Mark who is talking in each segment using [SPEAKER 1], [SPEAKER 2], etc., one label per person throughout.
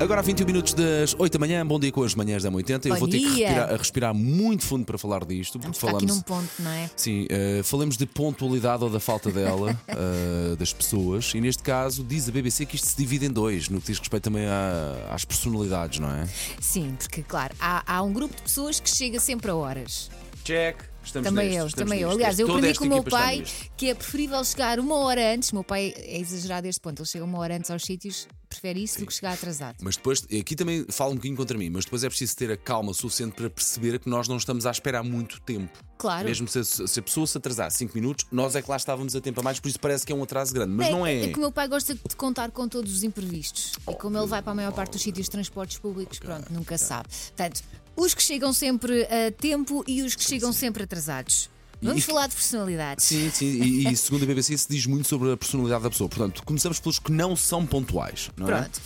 [SPEAKER 1] Agora, há 21 minutos das 8 da manhã, bom dia com as manhãs da 80. Eu
[SPEAKER 2] Bom
[SPEAKER 1] vou ter que
[SPEAKER 2] dia.
[SPEAKER 1] respirar, a respirar muito fundo para falar disto, porque
[SPEAKER 2] Vamos ficar aqui
[SPEAKER 1] falamos.
[SPEAKER 2] num ponto, não é?
[SPEAKER 1] Sim, eh, falamos de pontualidade ou da falta dela, eh, das pessoas, e neste caso diz a BBC que isto se divide em dois, no que diz respeito também à- às personalidades, não é?
[SPEAKER 2] Sim, porque, claro, há, há um grupo de pessoas que chega sempre a horas.
[SPEAKER 1] Check, estamos
[SPEAKER 2] Também eu, também eu. Aliás, eu aprendi com o meu pai que é preferível chegar uma hora antes. O meu pai é exagerado a este ponto, ele chega uma hora antes aos sítios, prefere isso do que chegar atrasado.
[SPEAKER 1] Mas depois, aqui também falo um bocadinho contra mim, mas depois é preciso ter a calma suficiente para perceber que nós não estamos à espera há muito tempo.
[SPEAKER 2] Claro.
[SPEAKER 1] Mesmo se a, se a pessoa se atrasar 5 minutos, nós é que lá estávamos a tempo a mais, por isso parece que é um atraso grande, mas não é. Oh,
[SPEAKER 2] É que o meu pai gosta de contar com todos os imprevistos. E como ele vai para a maior parte dos sítios de transportes públicos, pronto, nunca sabe. Portanto, os que chegam sempre a tempo e os que chegam sempre atrasados. Vamos
[SPEAKER 1] E-
[SPEAKER 2] falar de personalidades.
[SPEAKER 1] Sim, sim, e, e segundo a BBC isso diz muito sobre a personalidade da pessoa. Portanto, começamos pelos que não são pontuais, não é?
[SPEAKER 2] Pronto.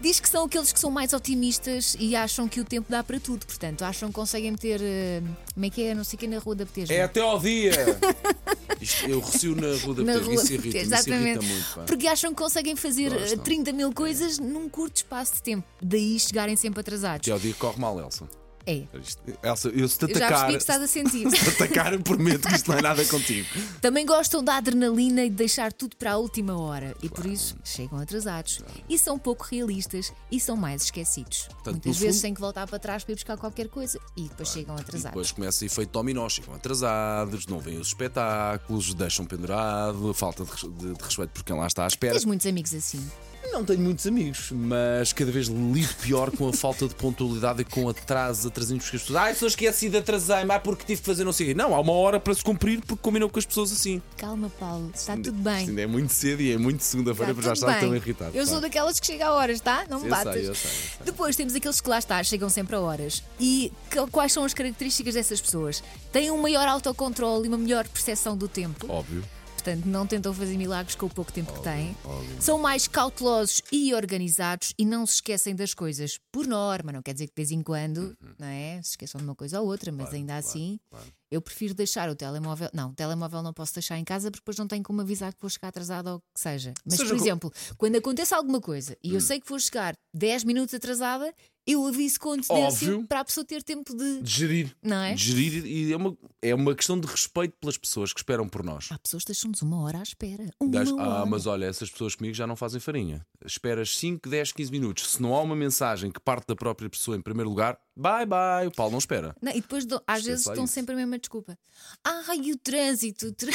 [SPEAKER 2] Diz que são aqueles que são mais otimistas e acham que o tempo dá para tudo, portanto, acham que conseguem meter. eh, Como é que é? Não sei o que na rua da Betesda.
[SPEAKER 1] É até ao dia! Isto, eu recio na rua da
[SPEAKER 2] na
[SPEAKER 1] Betesda,
[SPEAKER 2] rua
[SPEAKER 1] isso irrita,
[SPEAKER 2] da Betesda,
[SPEAKER 1] isso irrita
[SPEAKER 2] exatamente.
[SPEAKER 1] muito. pá.
[SPEAKER 2] Porque acham que conseguem fazer eh,
[SPEAKER 1] Gostam. É.
[SPEAKER 2] 30 mil coisas num curto espaço de tempo. Daí chegarem sempre atrasados.
[SPEAKER 1] Até ao dia que corre mal, Elsa.
[SPEAKER 2] É.
[SPEAKER 1] Isto- Elsa, eu se te
[SPEAKER 2] Eu já percebi
[SPEAKER 1] atacar,
[SPEAKER 2] que estás a sentir.
[SPEAKER 1] se te atacar, eu prometo que isto não é nada contigo.
[SPEAKER 2] Também gostam da adrenalina e de deixar tudo para a última hora e por isso chegam atrasados. E são pouco realistas e são mais esquecidos.
[SPEAKER 1] no
[SPEAKER 2] Muitas vezes
[SPEAKER 1] fundo-
[SPEAKER 2] têm que voltar para trás para ir buscar qualquer coisa e depois chegam
[SPEAKER 1] E
[SPEAKER 2] atrasados.
[SPEAKER 1] depois começa o efeito dominó, chegam atrasados, não veem os espetáculos, deixam pendurado, falta de, res- de- de respeito por quem lá está à espera.
[SPEAKER 2] Tens muitos amigos assim.
[SPEAKER 1] Não tenho muitos amigos, mas cada vez lido pior com a falta de pontualidade e com atrasos, atrasinhos, porque as pessoas. Ai, sou esquecido, atrasei-me, ah, porque tive que fazer não sei o quê. Não, há uma hora para se cumprir porque combinou com as pessoas assim.
[SPEAKER 2] Calma, Paulo, está tudo
[SPEAKER 1] Isto
[SPEAKER 2] bem.
[SPEAKER 1] ainda é muito cedo e é muito segunda-feira,
[SPEAKER 2] Está
[SPEAKER 1] porque já
[SPEAKER 2] tudo
[SPEAKER 1] estava tão
[SPEAKER 2] bem.
[SPEAKER 1] irritado.
[SPEAKER 2] Eu sou
[SPEAKER 1] pá.
[SPEAKER 2] daquelas que chega a horas, tá? Não me
[SPEAKER 1] Eu sei,
[SPEAKER 2] batas.
[SPEAKER 1] eu sei, eu sei.
[SPEAKER 2] Depois temos aqueles que lá está, chegam sempre a horas. E que- quais são as características dessas pessoas? Têm um maior autocontrole e uma melhor percepção do tempo.
[SPEAKER 1] Óbvio.
[SPEAKER 2] Portanto, não tentam fazer milagres com o pouco tempo que têm. São mais cautelosos e organizados e não se esquecem das coisas. Por norma, não quer dizer que de vez em quando,
[SPEAKER 1] Uhum.
[SPEAKER 2] não é? Se esqueçam de uma coisa ou outra, mas ainda assim, eu prefiro deixar o telemóvel. Não, o telemóvel não posso deixar em casa porque depois não tenho como avisar que vou chegar atrasado ou que seja. Mas,
[SPEAKER 1] Seja
[SPEAKER 2] por
[SPEAKER 1] co- Hum.
[SPEAKER 2] exemplo, quando acontece alguma coisa e eu sei que vou chegar 10 minutos atrasada, eu aviso com antecedência
[SPEAKER 1] Óbvio.
[SPEAKER 2] para a pessoa ter tempo de.
[SPEAKER 1] De gerir.
[SPEAKER 2] Não é?
[SPEAKER 1] De gerir e é uma, é uma questão de respeito pelas pessoas que esperam por nós.
[SPEAKER 2] Há pessoas que deixam-nos uma hora à espera. Uma
[SPEAKER 1] Gajo,
[SPEAKER 2] hora.
[SPEAKER 1] ah, mas olha, essas pessoas comigo já não fazem farinha. Esperas 5, 10, 15 minutos. Se não há uma mensagem que parte da própria pessoa em primeiro lugar, bye bye, o Paulo não espera.
[SPEAKER 2] Não, e depois dão- às
[SPEAKER 1] Esquece
[SPEAKER 2] vezes
[SPEAKER 1] lá é
[SPEAKER 2] estão
[SPEAKER 1] isso.
[SPEAKER 2] sempre a mesma desculpa. Ai, o trânsito. o trân-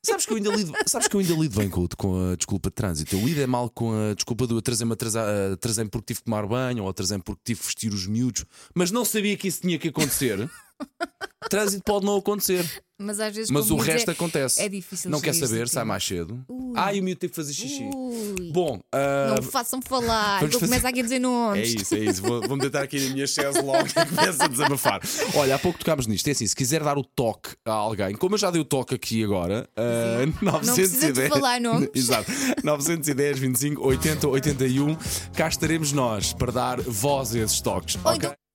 [SPEAKER 1] Sabes que eu ainda lido, sabes que eu ainda lido bem com, o- com a desculpa de trânsito. Eu lido é mal com a desculpa do atrasei-me atrasa- eh, atrasei-me porque tive que tomar banho ou atrasei-me porque tive que vestir os miúdos, mas não sabia que isso tinha que acontecer. Trânsito pode não acontecer,
[SPEAKER 2] Mas às vezes
[SPEAKER 1] mas
[SPEAKER 2] com
[SPEAKER 1] o
[SPEAKER 2] miúdos
[SPEAKER 1] resto
[SPEAKER 2] é-
[SPEAKER 1] acontece.
[SPEAKER 2] É difícil.
[SPEAKER 1] Não quer
[SPEAKER 2] gerir-se
[SPEAKER 1] saber,
[SPEAKER 2] o
[SPEAKER 1] sai
[SPEAKER 2] tempo.
[SPEAKER 1] mais cedo. Ah, e o miúdo teve que fazer xixi.
[SPEAKER 2] Ui.
[SPEAKER 1] Bom, ah,
[SPEAKER 2] Não façam falar,
[SPEAKER 1] Vamos
[SPEAKER 2] que eu
[SPEAKER 1] fazer-
[SPEAKER 2] começo aqui a dizer
[SPEAKER 1] É
[SPEAKER 2] nomes.
[SPEAKER 1] isso, é isso. Vou- Vou-me deitar aqui na minha chaise logo e começo a desabafar. Olha, há pouco tocámos nisto. É assim, se quiser dar o toque a alguém, como eu já dei o toque aqui agora, ah,
[SPEAKER 2] Não precisa de falar nomes.
[SPEAKER 1] Exato. 910, 25, 80, 81. Cá estaremos nós para dar voz a esses toques.
[SPEAKER 2] Ou
[SPEAKER 1] ok?
[SPEAKER 2] então